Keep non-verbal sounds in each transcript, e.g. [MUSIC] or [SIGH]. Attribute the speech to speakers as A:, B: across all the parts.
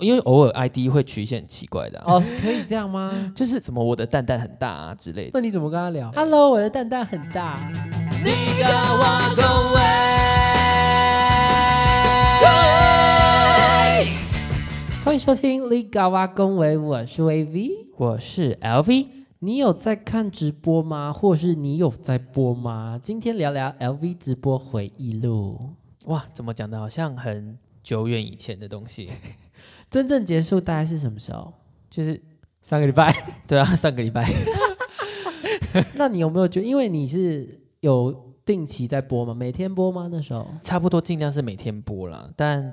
A: 因为偶尔 ID 会取一些很奇怪的、啊，
B: 哦，可以这样吗？
A: 就是什么我的蛋蛋很大啊之类的。
B: [LAUGHS] 那你怎么跟他聊？Hello，我的蛋蛋很大。
A: 你跟我恭维。
B: 欢迎收听《Liga 哇恭维》，我是 AV。
A: 我是 LV，
B: 你有在看直播吗？或是你有在播吗？今天聊聊 LV 直播回忆录。
A: 哇，怎么讲的，好像很久远以前的东西，
B: 真正结束大概是什么时候？
A: 就是
B: 上个礼拜。
A: 对啊， [LAUGHS] 上个礼拜
B: [LAUGHS] 那你有没有觉得，因为你是有定期在播吗？每天播吗？那时候？
A: 差不多尽量是每天播啦，但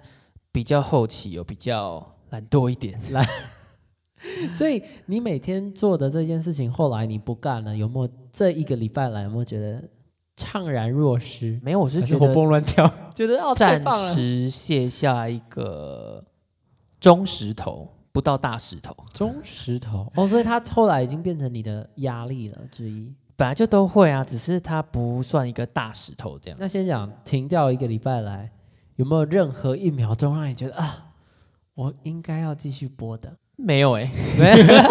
A: 比较后期有比较懒惰一点。
B: 所以你每天做的这件事情，后来你不干了，有没有这一个礼拜来有没有觉得怅然若失？
A: 没有，我是
B: 还
A: 觉
B: 活
A: 得
B: 蹦乱跳， [LAUGHS] 觉得哦太
A: 暂
B: 棒了，
A: 时卸下一个中石头，不到大石头。
B: 中石头哦，所以他后来已经变成你的压力了之一。
A: 本来就都会啊，只是它不算一个大石头这样。
B: 那先讲停掉一个礼拜来，有没有任何一秒钟让你觉得啊，我应该要继续播的？
A: 没有哎、
B: [LAUGHS]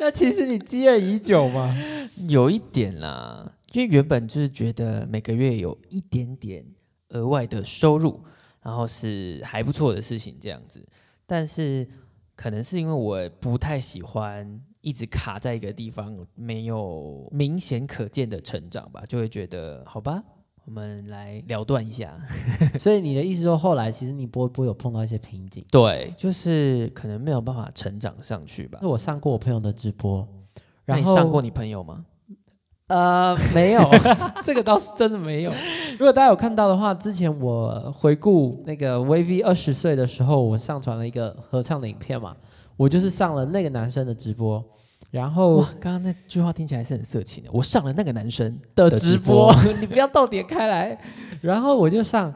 B: 那其实你积怨已久嘛。
A: [LAUGHS] 有一点啦，因为原本就是觉得每个月有一点点额外的收入，然后是还不错的事情这样子。但是可能是因为我不太喜欢一直卡在一个地方，没有明显可见的成长吧，就会觉得好吧，我们来了断一下。
B: [LAUGHS] 所以你的意思说，后来其实你播一播有碰到一些瓶颈。
A: 对，就是可能没有办法成长上去吧
B: 那。我上过我朋友的直播，
A: 那
B: 然
A: 你
B: 后
A: 上过你朋友吗？
B: 呃，没有， [LAUGHS] 这个倒是真的没有。如果大家有看到的话，之前我回顾那个 VV 二十岁的时候，我上传了一个合唱的影片嘛，我就是上了那个男生的直播，然后
A: 哇，刚刚那句话听起来是很色情欸的。我上了那个男生
B: 的
A: 的
B: 直
A: 直
B: 播
A: 播，
B: [LAUGHS] 你不要逗点开来，然后我就上，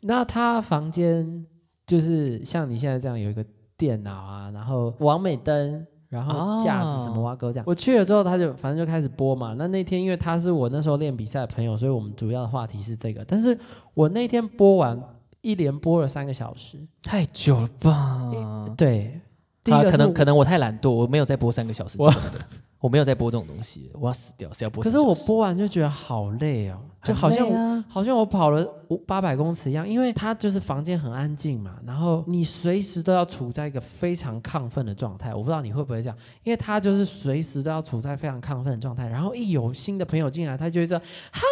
B: 那他房间就是像你现在这样有一个电脑啊，然后完美灯。然后架子什么
A: 哦
B: 挖沟这样，我去了之后，他就反正就开始播嘛。那那天因为他是我那时候练比赛的朋友，所以我们主要的话题是这个。但是我那天播完，一连播了三个小时。
A: 太久了吧？
B: 对，第一
A: 啊，
B: 个
A: 可能
B: 是
A: 可能我太懒惰，我没有再播三个小时这
B: 我
A: 种的，我没有再播这种东西，我要死掉，谁要播
B: 可
A: 三
B: 是
A: 小时？
B: 我播完就觉得好累哦，就好像
A: 很累
B: 我、
A: 啊
B: 好像我跑了五八百公尺一样，因为它就是房间很安静嘛，然后你随时都要处在一个非常亢奋的状态。我不知道你会不会这样，因为他就是随时都要处在非常亢奋的状态，然后一有新的朋友进来，他就会说 “hello”，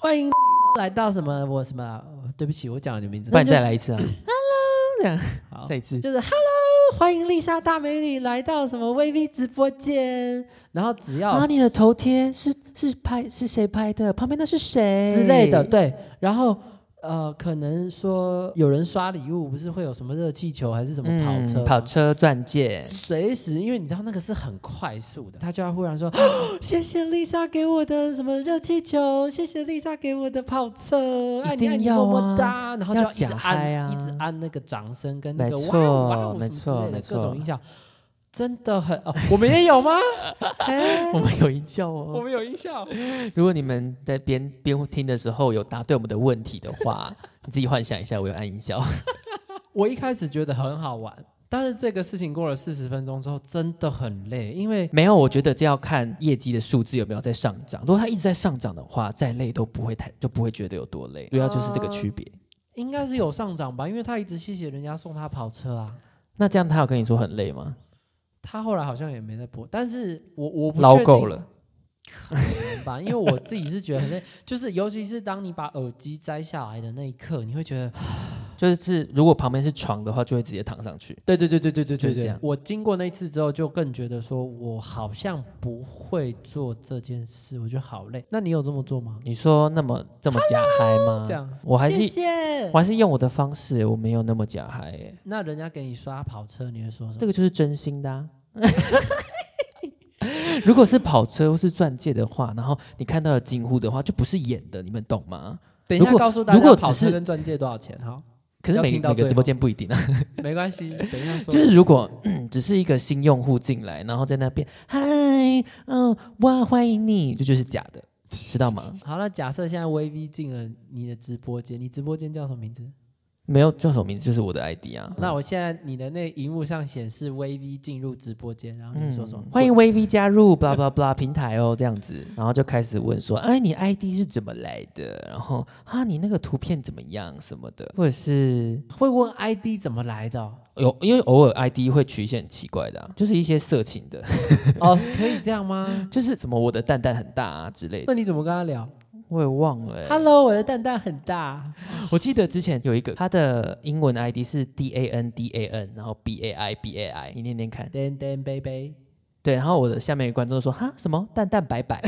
B: 欢迎来到什么我什么啊，对不起，我讲了你的名字，
A: 不然你再
B: 来
A: 来一次啊！
B: 好
A: 再一次，
B: 就是 “hello”，欢迎丽莎大美女来到什么 VV 直播间，然后只要
A: 啊，你的头贴是是拍是谁拍的？旁边那是谁
B: 之类
A: 哎
B: 的，？对。然后呃，可能说有人刷礼物，不是会有什么热气球还是什么
A: 嗯
B: 跑车吗、
A: 跑车钻戒，
B: 随时，因为你知道那个是很快速的，他就要忽然说：“哦谢谢丽莎给我的什么热气球，谢谢丽莎给我的跑车，
A: 一
B: 爱你
A: 定
B: 爱你
A: 要
B: 么
A: 啊
B: 么哒。”然后就
A: 要
B: 一直
A: 假
B: 按
A: 嗨啊
B: 一直按那个掌声跟那个
A: 没
B: 哇哦哇哦
A: 错没
B: 什么之类
A: 错没
B: 的各种
A: 错
B: 音效，真的很、哦。我们也
A: [LAUGHS]
B: 有吗？哎
A: 我们有营救
B: 我
A: 哦。
B: 们有音效。
A: 如果你们在边边听的时候有答对我们的问题的 [LAUGHS] 话，你自己幻想一下，我有按音效。
B: 我一开始觉得很好玩，但是这个事情过了四十分钟之后，真的很累，因为
A: 没有，我觉得这要看业绩的数字有没有在上涨。如果它一直在上涨的话，再累都不会太就不会觉得有多累。主要啊就是这个区别。
B: 应该是有上涨吧，因为他一直谢谢人家送他跑车啊。
A: 那这样他有跟你说很累吗？
B: 他后来好像也没在播，但是我我不
A: 捞
B: 确定
A: 够了，
B: 吧，因为我自己是觉得很累，就是尤其是当你把耳机摘下来的那一刻，你会觉得，
A: 就是如果旁边是床的话，就会直接躺上去。
B: 对对对对对对
A: 就
B: 对
A: 是这
B: 对
A: 样，
B: 我经过那一次之后，就更觉得说我好像不会做这件事，我觉得好累。那你有这么做吗？
A: 你说那么 [LAUGHS] 这么假嗨吗？
B: 这，样，
A: 我还是
B: 谢谢
A: 我。还是用我的方式，我没有那么假嗨耶。
B: 那人家给你刷跑车，你会说什么？
A: 这个就是真心的、啊。 [LAUGHS] 如果是跑车或是钻戒的话，然后你看到的惊呼的话，就不是演的，你们懂吗？
B: 等一下
A: 如果
B: 告诉大家
A: 如果
B: 跑
A: 只
B: 车
A: 是
B: 跟钻戒多少钱哈，
A: 可是
B: 要
A: 每
B: 听到
A: 每个
B: 最
A: 直
B: 后
A: 播间不一定啊。
B: 没关系，等一下
A: [LAUGHS]
B: 说。
A: 就是如果、嗯只是一个新用户进来，然后在那边嗨，嗯，哇，欢迎你，这就是假的，知道吗？
B: 好了，那假设现在 VV 进了你的直播间，你直播间叫什么名字？
A: 没有叫什么名字，就是我的 ID 啊。
B: 那我现在你的那荧幕上显示 VV 进入直播间，然后你
A: 嗯
B: 说什么？
A: 欢迎 VV 加入 blah blah blah 平台哦，这样子，然后就开始问说，哎，你 ID 是怎么来的？然后啊，你那个图片怎么样什么的，或者是
B: 会问 ID 怎么来
A: [LAUGHS]
B: 的哦？
A: 有因为偶尔 ID 会取一些很奇怪的、啊，就是一些色情的， [LAUGHS]
B: 哦，可以这样吗？
A: 就是什么我的蛋蛋很大啊之类的，
B: 那你怎么跟他聊
A: 我也忘了、欸。
B: ？Hello，我的蛋蛋很大。
A: 我记得之前有一个他的英文 ID 是 D A N D A N，然后 B A I B A I，你念念看。
B: Dan Dan 贝贝，
A: 对，然后我的下面有观众说哈什么蛋蛋白白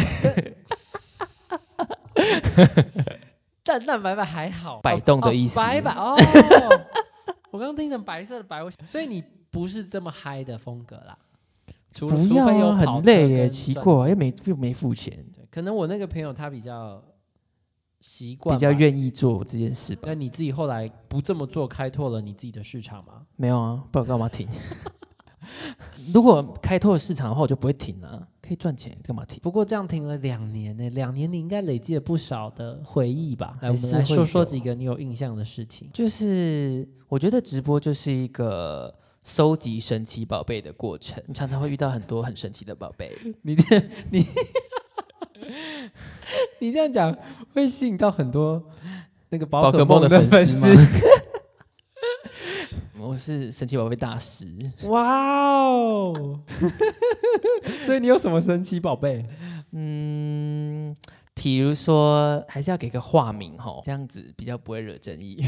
B: 蛋蛋白白还好，
A: 摆动的意思
B: 哦
A: [LAUGHS]
B: 白白哦。我刚刚听成白色的白，我所以你不是这么嗨的风格啦。 [LAUGHS] 除
A: 不要
B: 除非有
A: 啊，
B: 跑
A: 很
B: 车
A: 累耶，
B: 跟
A: 奇
B: 钻
A: 怪，
B: 戒
A: 又没又没付钱，
B: 对可能我那个朋友他比较习惯吧，
A: 比较愿意做这件事吧？
B: 那你自己后来不这么做，开拓了你自己的市场吗？
A: 没有啊，不然我干嘛停？ [LAUGHS] 如果开拓市场的话，我就不会停了、啊，可以赚钱，干嘛停？
B: 不过这样停了两年呢、两年你应该累积了不少的回忆吧？来，
A: 还
B: 我
A: 是
B: 们来
A: 会
B: 说说
A: 有
B: 几个你有印象的事情。
A: 就是我觉得直播就是一个收集神奇宝贝的过程，你常常会遇到很多很神奇的宝
B: [LAUGHS]
A: 贝。
B: 你这你你这样讲会吸引到很多那个宝
A: 宝可
B: 梦
A: 梦的
B: 粉
A: 粉丝吗？
B: [LAUGHS]
A: 我是神奇宝贝大师，
B: 哇哦！所以你有什么神奇宝贝？
A: 嗯，比如说还是要给个化名吼，这样子比较不会惹争议。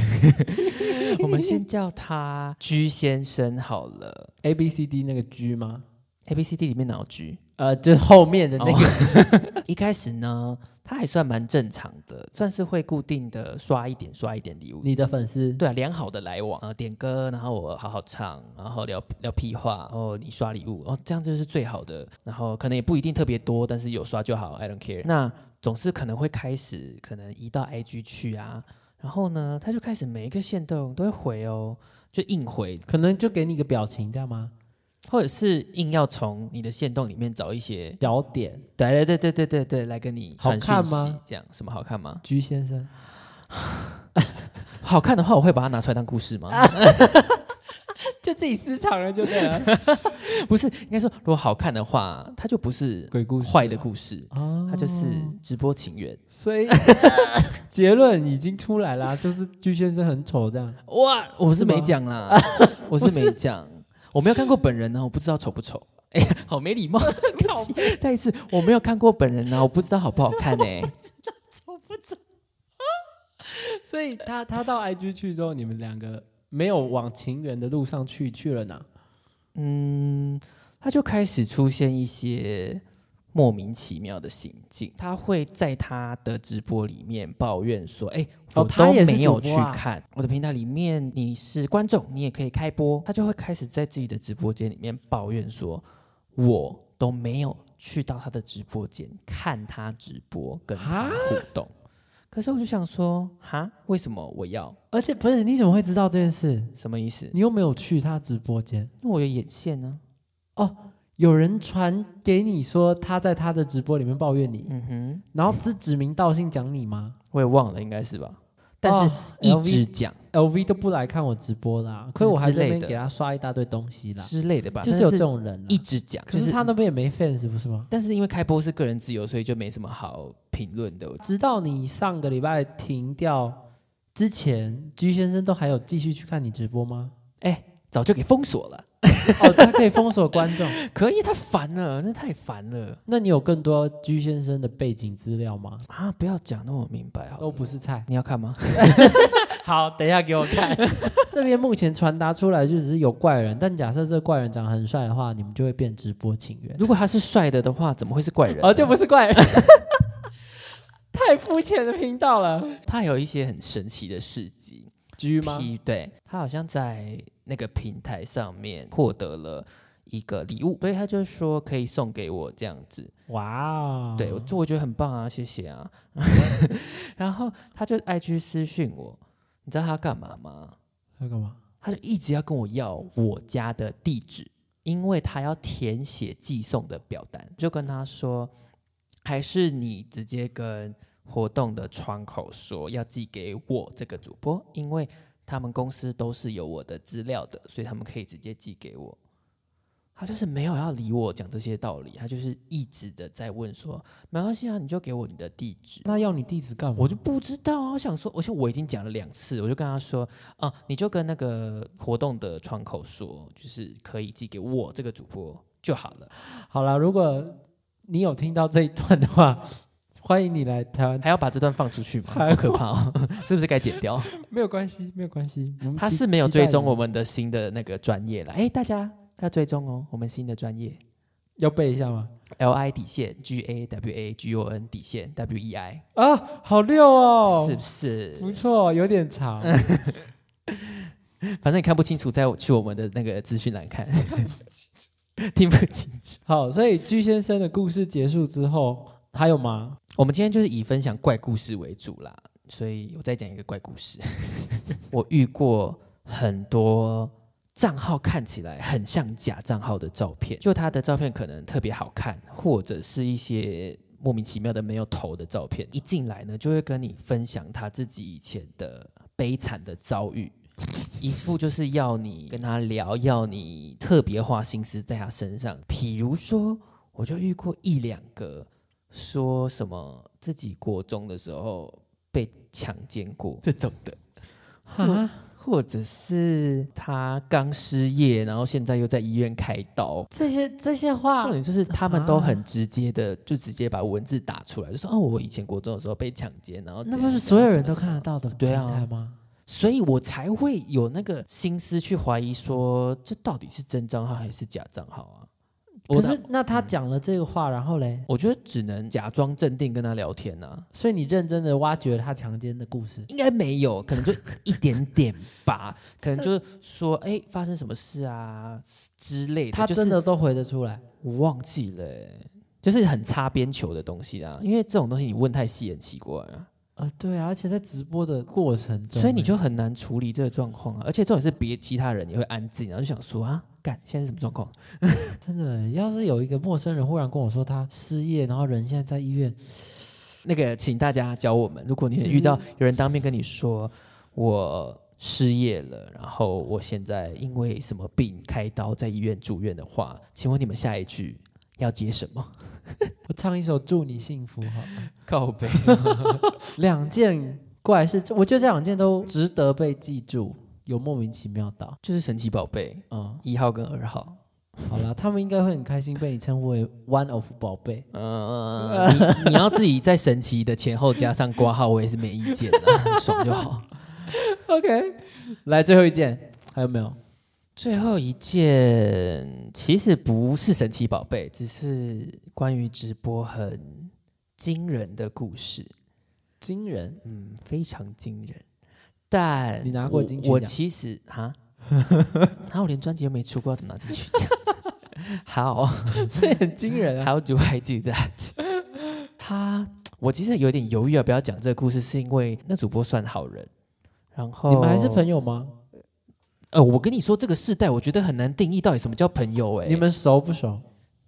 A: [LAUGHS] 我们先叫他居先生好了。
B: A B C D 那个 G 吗？
A: A B C D 里面哪有 G？
B: 呃，就是后面的那个、
A: 一开始呢，他还算蛮正常的，算是会固定的刷一点刷一点礼物。
B: 你的粉丝。
A: 对啊，良好的来往啊，呃点歌，然后我好好唱，然后聊聊屁话，然后你刷礼物，哦，这样就是最好的。然后可能也不一定特别多，但是有刷就好，I don't care。那总是可能会开始，可能移到 IG 去啊，然后呢，他就开始每一个线动都会回哦，就硬回，
B: 可能就给你一个表情，这样吗？
A: 或者是硬要从你的线动里面找一些，
B: 小点
A: 对对对对对对对，来跟你
B: 好
A: 传讯
B: 看
A: 息
B: 吗？
A: 这样什么好看吗？
B: 居先生，
A: 好看的话，我会把它拿出来当故事吗？
B: [LAUGHS]
A: [LAUGHS]
B: 就自己私藏了，就对了。
A: 不是，应该说如果好看的话，它就不是
B: [LAUGHS] 鬼故事
A: 坏的故事，
B: 哦
A: 它就是直播情缘。
B: 所以 [LAUGHS] 结论已经出来啦，就是居先生很丑这样。
A: 哇，我
B: 是
A: 是
B: 吗
A: 没讲啦， [LAUGHS] 我是没讲，我没有看过本人呢，啊我不知道丑不丑。 [LAUGHS] 哎呀，好没 [LAUGHS] 礼貌！对不起再一次，我没有看过本人呢，啊我不知道好不好看欸呢、
B: 所以他他到 IG 去之后，你们两个没有往情缘的路上去，去了哪？
A: 嗯，他就开始出现一些莫名其妙的行径，他会在他的直播里面抱怨说：“哎、
B: 哦
A: 我
B: 他
A: 都
B: 也是
A: 没有
B: 主
A: 去
B: 播啊
A: 看、我的平台里面，你是观众，你也可以开播。”他就会开始在自己的直播间里面抱怨说：“我都没有去到他的直播间看他直播，跟他
B: 啊
A: 互动。”可是我就想说，哈，为什么我要？
B: 而且不是你怎么会知道这件事？
A: 什么意思？
B: 你又没有去他直播间，
A: 因为我有眼线呢、
B: 有人传给你说他在他的直播里面抱怨你，
A: 嗯哼。
B: 然后是指名道姓讲你吗？
A: 我也忘了，应该是吧？但是
B: 哦
A: 一直讲
B: LV 都不来看我直播啦，
A: 之
B: 亏我还在那
A: 之类
B: 边
A: 的
B: 给他刷一大堆东西啦，
A: 之类的吧，
B: 就是有这种人啊啦
A: 但是一直讲，
B: 可
A: 就是是
B: 他那边也没 fans 不是吗？
A: 但是因为开播是个人自由，所以就没什么好评论的。
B: 直到你上个礼拜停掉之前，居先生都还有继续去看你直
A: [LAUGHS]
B: 播吗？
A: 哎，早就给封锁了，
B: 哦，他可以封锁观众。
A: 可以，太烦了，那太烦了
B: 那你有更多居先生的背景资料吗？
A: 啊！不要讲那么明白好了
B: 都不是菜。
A: 你要看吗？
B: 好，等一下给我看。 [LAUGHS] 这边目前传达出来就只是有怪人，但假设这怪人长得很帅的话，你们就会变直播情缘。
A: 如果他是帅的的话，怎么会是怪人呢？
B: 哦，就不是怪人， [LAUGHS] 太肤浅的频道了。
A: 他有一些很神奇的事迹，
B: 居吗？
A: P 对他好像在那个平台上面获得了一个礼物，所以他就说可以送给我这样子。
B: 哇哦，
A: 对，我这我觉得很棒啊，谢谢啊。 [LAUGHS] 然后他就 IG 私讯我，你知道他干嘛吗？
B: 要干嘛？
A: 他就一直要跟我要我家的地址，因为他要填写寄送的表单，就跟他说，还是你直接跟活动的窗口说要寄给我这个主播，因为他们公司都是有我的资料的，所以他们可以直接寄给我。他就是没有要理我讲这些道理，他就是一直的在问说，没关系啊，你就给我你的地址。
B: 那要你地址干嘛？
A: 我就不知道啊，我想说，而且我已经讲了两次，我就跟他说，啊，你就跟那个活动的窗口说，就是可以寄给我这个主播就好了，
B: 好了，如果你有听到这一段的话， [LAUGHS] 欢迎你来台湾
A: 还。要把这段放出去吗？
B: 还
A: 好可怕哦， [LAUGHS] 是不是该剪
B: [LAUGHS]
A: 掉？
B: 没有关系，没有关系。我们
A: 他
B: 期
A: 是没有追踪，
B: 期待
A: 我们的新的那个专业了，哎，大家要追踪哦，我们新的专业
B: 你要背一下吗？
A: L I 底线 G A W A G O N 底线 W E I，、
B: 啊，好溜哦，
A: 是不是？
B: 不错，有点长。
A: 反正你看不清楚，再去我们的那个资讯栏看， [LAUGHS] 听不清楚。
B: 好，所以居先生的故事结束之后，还有吗？
A: 我们今天就是以分享怪故事为主啦，所以我再讲一个怪故事。 [LAUGHS] 我遇过很多账号看起来很像假账号的照片，就他的照片可能特别好看，或者是一些莫名其妙的没有头的照片。一进来呢，就会跟你分享他自己以前的悲惨的遭遇。一副就是要你跟他聊，要你特别花心思在他身上。比如说，我就遇过一两个说什么自己国中的时候被强奸过这种的，
B: 啊，
A: 或者是他刚失业，然后现在又在医院开刀。
B: 这些这些话
A: 重点就是他们都
B: 啊
A: 很直接的，就直接把文字打出来，就说哦，我以前国中的时候被强奸，然后
B: 那
A: 怎
B: 不
A: 样
B: 是
A: 怎
B: 所
A: 样
B: 有
A: 什
B: 人
A: 么
B: 都
A: 什
B: 看
A: 么
B: 得到的
A: 对啊
B: 平台吗？
A: 所以我才会有那个心思去怀疑说，这到底是真账号还是假账号啊？我
B: 可
A: 的
B: 是那嗯他讲了这个话，然后嘞，
A: 我觉得只能假装镇定跟他聊天啊呐、
B: 所以你认真的挖掘了他强奸的故事，
A: 应该没
B: [LAUGHS]
A: 有，可能就一点点吧，可能就是说，哎、发生什么事啊之类的。
B: 他真
A: 就是、
B: 的都回得出来。
A: 我忘记了、欸，就是很擦边球的东西啊啦。因为这种东西你问太细很奇怪啊，
B: 啊，对啊，而且在直播的过程中，
A: 所以你就很难处理这个状况啊。而且重点是别其他人也会安静，然后就想说啊，干现在是什么状况？
B: 真的，要是有一个陌生人忽然跟我说他失业，然后人现在在医院，
A: 那个，请大家教我们，如果你
B: 其实
A: 遇到有人当面跟你说我失业了，然后我现在因为什么病开刀在医院住院的话，请问你们下一句要接什么？
B: 我唱一首《祝你幸福》
A: [LAUGHS]
B: 好了。
A: 告白。
B: 两件怪事，我觉得这两件都值得被记住，有莫名其妙到。
A: 就是神奇宝贝
B: 嗯，
A: 一号跟二号。
B: 好啦，他们应该会很开心被你称呼为 One of 宝贝。
A: 嗯，你你要自己在神奇的前后加上挂号，我也是没意见的，爽就好。
B: OK，来最后一件，还有没有？
A: 最后一件其实不是神奇宝贝，只是关于直播很惊人的故事，
B: 惊
A: [LAUGHS]
B: 人，
A: 嗯，非常惊人。但
B: 你拿过
A: 我
B: 金曲
A: 我
B: 奖
A: 其实哈，然后我连专辑都没出过，要怎么拿金曲奖 [LAUGHS] ？How
B: 这也很惊人啊！
A: how do I do that？他，我其实有点犹豫要不要讲这个故事，是因为那主播算好人，然后
B: 你们还是朋友吗？
A: 呃，我跟你说，这个世代我觉得很难定义到底什么叫朋友、欸。哎，
B: 你们熟不熟？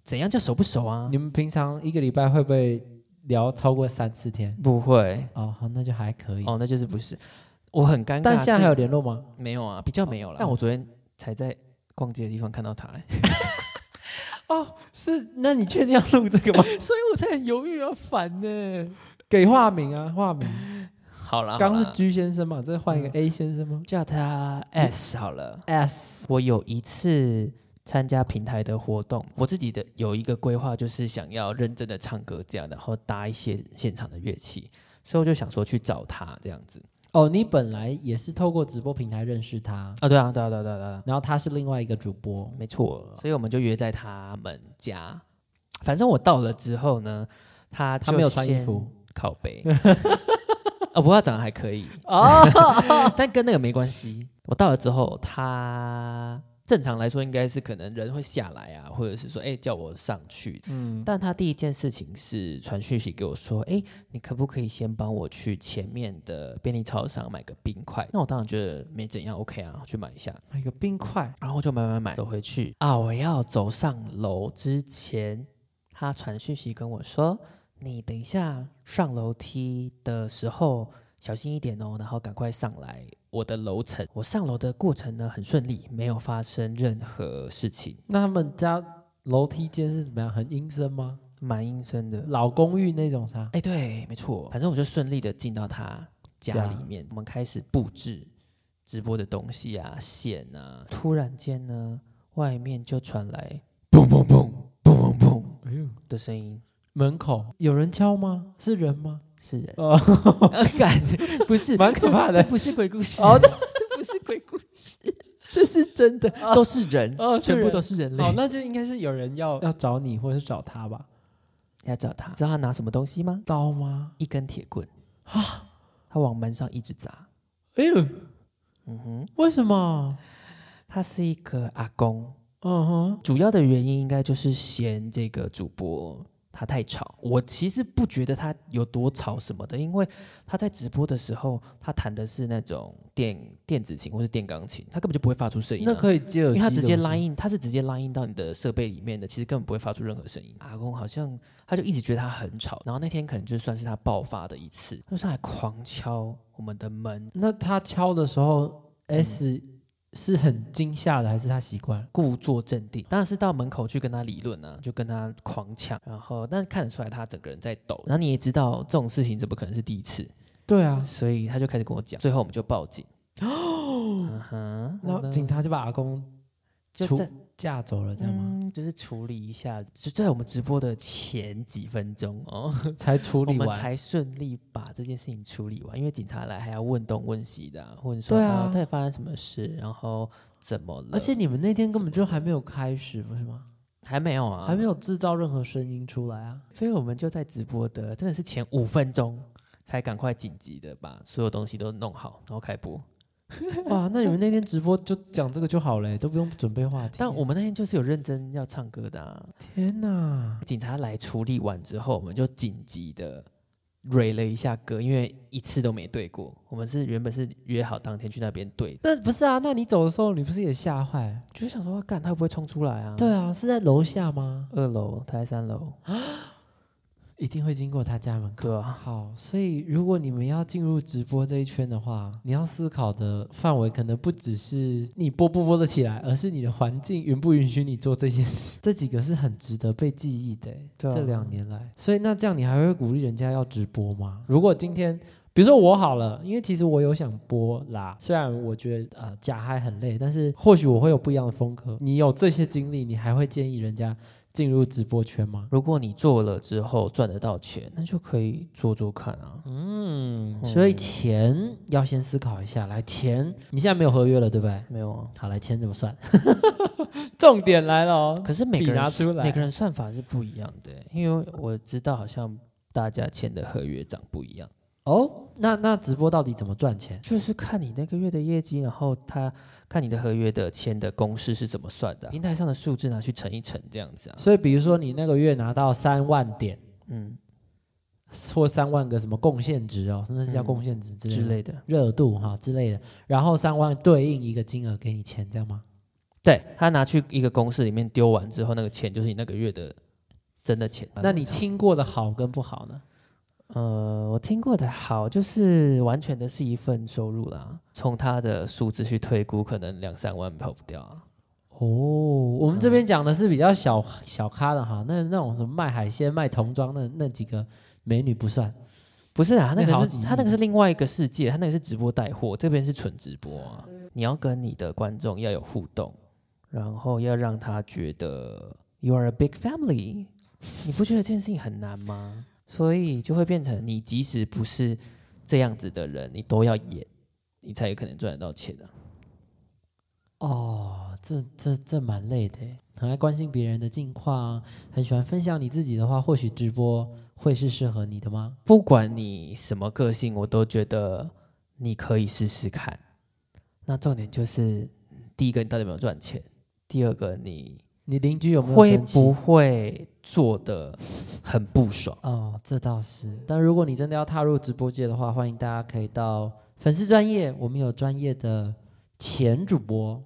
A: 怎样叫熟不熟啊？
B: 你们平常一个礼拜会不会聊超过三四天？
A: 不会
B: 哦，好，那就还可以。
A: 哦，那就是不是。我很尴尬是，
B: 但现在还有哦联络吗？
A: 没有啊？比较没有了。但我昨天才在逛街的地方看到他、欸
B: 是，那你确定要录这个吗？
A: 所以我才很犹豫啊，烦呢、
B: [LAUGHS] 给化名啊，化名。
A: 好啦，
B: 刚
A: 好
B: 是
A: 啦
B: G 先生嘛，这换一个
A: 嗯
B: A 先生吗
A: 叫他 S 好了。
B: ？S
A: 我有一次参加平台的活动，我自己的有一个规划，就是想要认真的唱歌这样，然后搭一些现场的乐器，所以我就想说去找他这样子。
B: 哦，你本来也是透过直播平台认识他，
A: 啊，对啊，对啊，对啊，对啊，对啊
B: 然后他是另外一个主播。
A: 没错，所以我们就约在他们家。反正我到了之后呢，他
B: 他
A: 就
B: 没有穿衣
A: 先
B: 服，
A: 靠背。 [LAUGHS] 啊、不过他长得还可以， [LAUGHS] 但跟那个没关系。我到了之后，他正常来说应该是可能人会下来啊，或者是说，哎、叫我上去。
B: 嗯，
A: 但他第一件事情是传讯息给我说，哎、你可不可以先帮我去前面的便利超商买个冰块？那我当然觉得没怎样，OK 啊，去买一下。
B: 买个冰块，
A: 然后就买买买走回去啊！我要走上楼之前，他传讯息跟我说：“你等一下上楼梯的时候小心一点哦，然后赶快上来，我的楼层，我上楼的过程呢很顺利，没有发生任何事情，
B: 那他们家楼梯间是怎么样？很阴森吗？
A: 蛮阴森的。
B: 老公寓那种啥？
A: 哎，对，没错，反正我就顺利的进到他家
B: 家
A: 里面，我们开始布置直播的东西啊、线啊。突然间呢，外面就传来砰砰砰砰砰砰
B: 哎呦，
A: 的声音，
B: 门口有人敲吗？是人吗？
A: 是人，
B: 哦，
A: 呃感 [LAUGHS] 不是，
B: 蛮可怕
A: 这
B: 的
A: 这不是鬼故事，
B: 哦
A: 这 [LAUGHS] 这不是鬼故
B: [LAUGHS]
A: 事，这是真的， [LAUGHS] 都是人，
B: [LAUGHS] 哦是
A: 全部
B: 人
A: 都是人类。
B: 好，那就应该是有人 [LAUGHS] 要要找你，或者是找他吧？
A: 你要找他，知道他拿什么东西吗？
B: 刀吗？
A: 一根铁棍啊，他往门上一直砸。
B: 哎呦，
A: 嗯哼，
B: 为什么？
A: 他是一个阿公，
B: 嗯哼，
A: 主要的原因应该就是嫌这个主播他太吵。我其实不觉得他有多吵什么的，因为他在直播的时候，他弹的是那种电电子琴或是电钢琴，他根本就不会发出声音、啊。
B: 那可以接
A: 因
B: 耳机
A: 为
B: 的
A: 它
B: 不是，
A: 直接拉音，它是直接拉音到你的设备里面的，其实根本不会发出任何声音。阿公好像他就一直觉得他很吵，然后那天可能就算是他爆发的一次，他就上来狂敲我们的门，
B: 那他敲的时候，S 是很惊吓的，还是他习惯了？
A: 故作镇定，当然是到门口去跟他理论啊，就跟他狂抢，然后但看得出来他整个人在抖，然后你也知道这种事情怎么可能是第一次，
B: 对啊，
A: 所以他就开始跟我讲，最后我们就报
B: [GASPS]
A: 警。嗯哼，我
B: 那
A: 呢
B: 警察就把阿公
A: 就
B: 出
A: 在
B: 架走了，这样吗？
A: 嗯，就是处理一下，就在我们直播的前几分钟哦。
B: 嗯才处
A: 我
B: 理
A: 们
B: 完，
A: 才顺利把这件事情处理完，因为警察来还要问东问西的啊、问说
B: 对
A: 啊
B: 啊
A: 到底发生什么事，然后怎么了，
B: 而且你们那天根本就还没有开始，不是吗？
A: 还没有啊，
B: 还没，有制造任何声音出来 [LAUGHS] 啊！
A: 所以我们就在直播的真的是前五分钟才赶快紧急的把所有东西都弄好，然后开播。
B: 哇，那你们那天直播就讲这个就好了，都不用准备话题。
A: 但我们那天就是有认真要唱歌的、啊，
B: 天哪，
A: 警察来处理完之后，我们就紧急的。蕊了一下歌，因为一次都没对过。我们是原本是约好当天去那边对，
B: 那不是啊？那你走的时候，你不是也吓坏？
A: 就是想说，干他会不会冲出来啊？
B: 对啊，是在楼下吗？
A: 二楼，他在三楼。
B: 一定会经过他家门口。
A: 对啊，
B: 好，所以如果你们要进入直播这一圈的话，你要思考的范围可能不只是你播不播得起来，而是你的环境允不允许你做这件
A: [LAUGHS]
B: 事。这几个是很值得被记忆的欸、
A: 对啊
B: 这两年来。所以那这样你还会鼓励人家要直播吗？如果今天。比如说我好了，因为其实我有想播啦，虽然我觉得呃假嗨很累，但是或许我会有不一样的风格。你有这些经历，你还会建议人家进入直播圈吗？
A: 如果你做了之后赚得到钱，那就可以做做看啊。
B: 嗯，所以钱要先思考一下。来，钱，你现在没有合约了，对不对？
A: 没有啊，
B: 好，来，钱怎么算？ [LAUGHS] 重点来了哦，
A: 可是每
B: 笔
A: 个
B: 拿
A: 人
B: 出来，
A: 每个人算法是不一样的欸、因为我知道好像大家签的合约长不一样，
B: 哦。那那直播到底怎么赚钱？
A: 就是看你那个月的业绩，然后他看你的合约的签的公式是怎么算的啊、平台上的数字拿去乘一乘这样子啊。
B: 所以，比如说你那个月拿到三万点，
A: 嗯，
B: 或三万个什么贡献值哦，那是叫
A: 嗯
B: 贡献值之类
A: 之
B: 的
A: 类的，
B: 热度哈之类的，然后三万对应一个金额给你钱，这样吗？
A: 对他拿去一个公式里面丢完之后，那个钱就是你那个月的真的钱。
B: 那你听过的好跟不好呢？
A: 呃，我听过的好就是完全的是一份收入啦，从他的数字去推估，可能两三万跑不掉啊。
B: 哦，我们这边讲的是比较小小咖的哈，那那种什么卖海鲜、卖童装的那几个美女不算。
A: 不是啊，
B: 那
A: 那
B: 好
A: 个是
B: 几
A: 他那
B: 亿
A: 个是另外一个世界，他那个是直播带货，这边是纯直播啊。你要跟你的观众要有互动，然后要让他觉得 you are a big family，你 [LAUGHS] 不觉得这件事情很难吗？所以就会变成你即使不是这样子的人，你都要演，你才有可能赚得到钱啊。
B: 哦，这这这蛮累的耶，很爱关心别人的近况，啊很喜欢分享你自己的话，或许直播会是适合你的吗？
A: 不管你什么个性，我都觉得你可以试试看。那重点就是，第一个你到底有没有赚钱，第二个你
B: 你邻居有没有
A: 会
B: 生气
A: 不会做的很不爽。
B: 哦，这倒是。但如果你真的要踏入直播界的话，欢迎大家可以到粉丝专业，我们有专业的前主播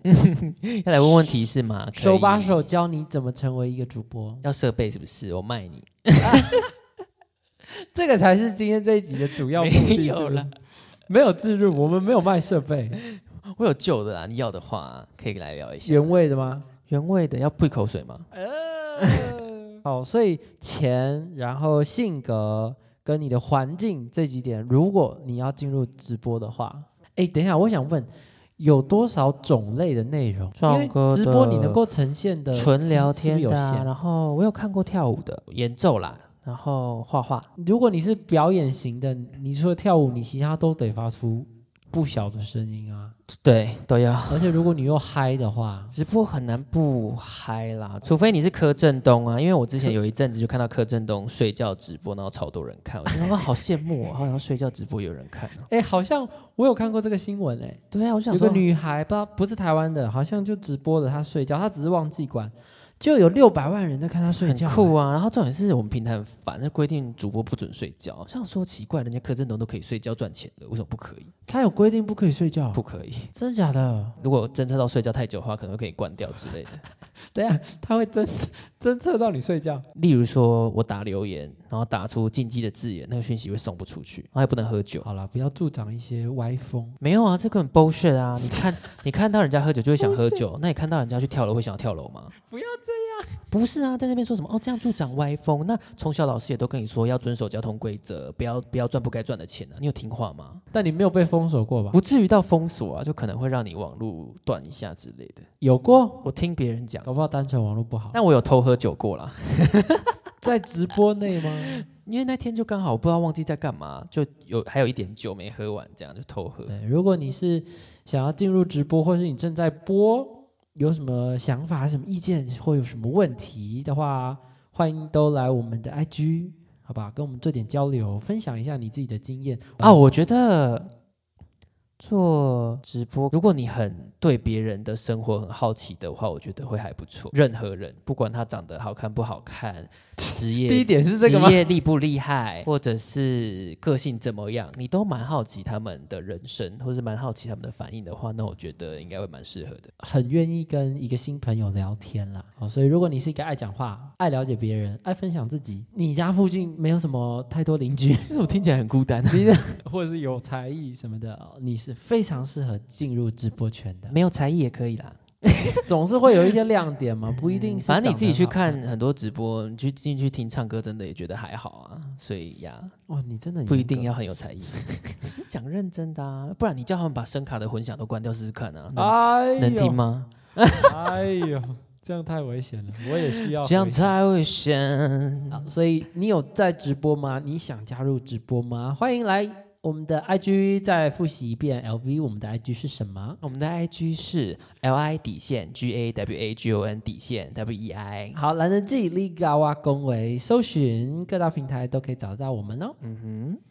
A: 要来问问题是吗？可以
B: 嗯手把手教你怎么成为一个主播。
A: 要设备是不是？我卖你。
B: 这个才是今天这一集的主要目的，
A: [LAUGHS] 没有
B: 是不是
A: 啦
B: 没有置入，我们没有卖设
A: [LAUGHS]
B: 备，
A: 我有旧的啦，你要的话可以来聊一下。
B: 原味的吗？
A: 原味的要不一口水吗？
B: 好，所以钱，然后性格跟你的环境这几点，如果你要进入直播的话，哎，等一下，我想问，有多少种类的内容？因
A: 壮
B: 为
A: 哥
B: 直播
A: 的
B: 你能够呈现的
A: 纯
B: 是
A: 聊
B: 是不是
A: 天
B: 有
A: 的啊、
B: 限。
A: 然后我有看过跳舞的、演奏啦，然后画画，
B: 如果你是表演型的，你除了跳舞，你其他都得发出不小的声音啊。
A: 对，都要。
B: 而且如果你又嗨的话，
A: 直播很难不嗨啦，除非你是柯震东啊，因为我之前有一阵子就看到柯震东睡觉直播，然后超多人看，我觉得哇，好羡慕哦，好想要睡觉直播有人看哦。
B: 哎，好像我有看过这个新闻哎、
A: 对啊，我想
B: 有个
A: 说，
B: 女孩，不知道不是台湾的，好像就直播了她睡觉，她只是忘记关，就有六百万人在看她睡
A: 很
B: 觉、哎
A: 酷啊。然后重点是我们平台很烦，那规定主播不准睡觉。我想说奇怪，人家柯震东都可以睡觉赚钱的，为什么不可以？
B: 她有规定不可以睡觉，
A: 不可以。
B: 真的假的？
A: 如果侦测到睡觉太久的话，可能会给你关掉之类的。
B: 等一下她会侦测 [LAUGHS] 侦测到你睡觉，
A: 例如说，我打留言，然后打出禁忌的字眼，那个讯息会送不出去，然后也不能喝酒。
B: 好了，不要助长一些歪风。
A: 没有啊，这根本 bullshit 啊！你看，你看到人家喝酒就会想喝酒，那你看到人家去跳楼会想要跳楼吗？
B: 不
A: 这
B: 要
A: 样。不是啊，在那边说什么哦，这样助长歪风。那从小老师也都跟你说要遵守交通规则，不要不要赚不该赚的钱啊。你有听话
B: [LAUGHS]
A: 吗？
B: 但你没有被封锁过吧？
A: 不至于到封锁啊，就可能会让你网路断一下之类的。
B: 有过，
A: 我听别人讲，
B: 搞不好单纯网络不好。
A: 但我有偷喝酒过啦，
B: 在直播内吗？
A: 因为那天就刚好不知道忘记在干嘛，就有还有一点酒没喝完，这样就偷喝。
B: 对，如果你是想要进入直播，或是你正在播，有什么想法、什么意见，或有什么问题的话，欢迎都来我们的 IG，好吧，跟我们做点交流，分享一下你自己的经验。
A: 啊，我觉得做直播，如果你很对别人的生活很好奇的话，我觉得会还不错。任何人，不管他长得好看不好 [LAUGHS] 看，职业
B: 第一点是这
A: 职
B: 个吗？
A: 业厉不厉害，或者是个性怎么样，你都蛮好奇他们的人生，或是蛮好奇他们的反应的话，那我觉得应该会蛮适合的。
B: 很愿意跟一个新朋友聊天啦。好，所以如果你是一个爱讲话、爱了解别人、爱分享自己，你家附近没有什么太多邻居，
A: 但是我听起来很孤单，
B: 你的 [LAUGHS] 或者是有才艺什么的，你是非常适合进入直播圈的。
A: [LAUGHS] 没有才艺也可以啦。
B: 总是会有一些亮点嘛，不一定是。
A: [LAUGHS] 嗯反正你自己去看，很多直播，你去进去听唱歌，真的也觉得还好啊。所以呀。
B: 哇，你真的很
A: 不一
B: 严格
A: 定要很有才艺，我 [LAUGHS] 是讲认真的啊，不然你叫他们把声卡的混响都关掉试试看啊，能,、
B: 哎呦
A: 能听？吗？
B: 哎呦，这样太危险了，我也需要
A: 这样
B: 回
A: 太危险。
B: 啊所以你有在直播吗？你想加入直播吗？欢迎来我们的 IG 再复习一遍，LV 我们的 IG 是什么？
A: 我们的 IG 是 L I 底线 G A W A G O N 底线 W E I。
B: 好，懒人记 Liga 哇恭维，搜寻各大平台都可以找到我们哦。
A: 嗯哼，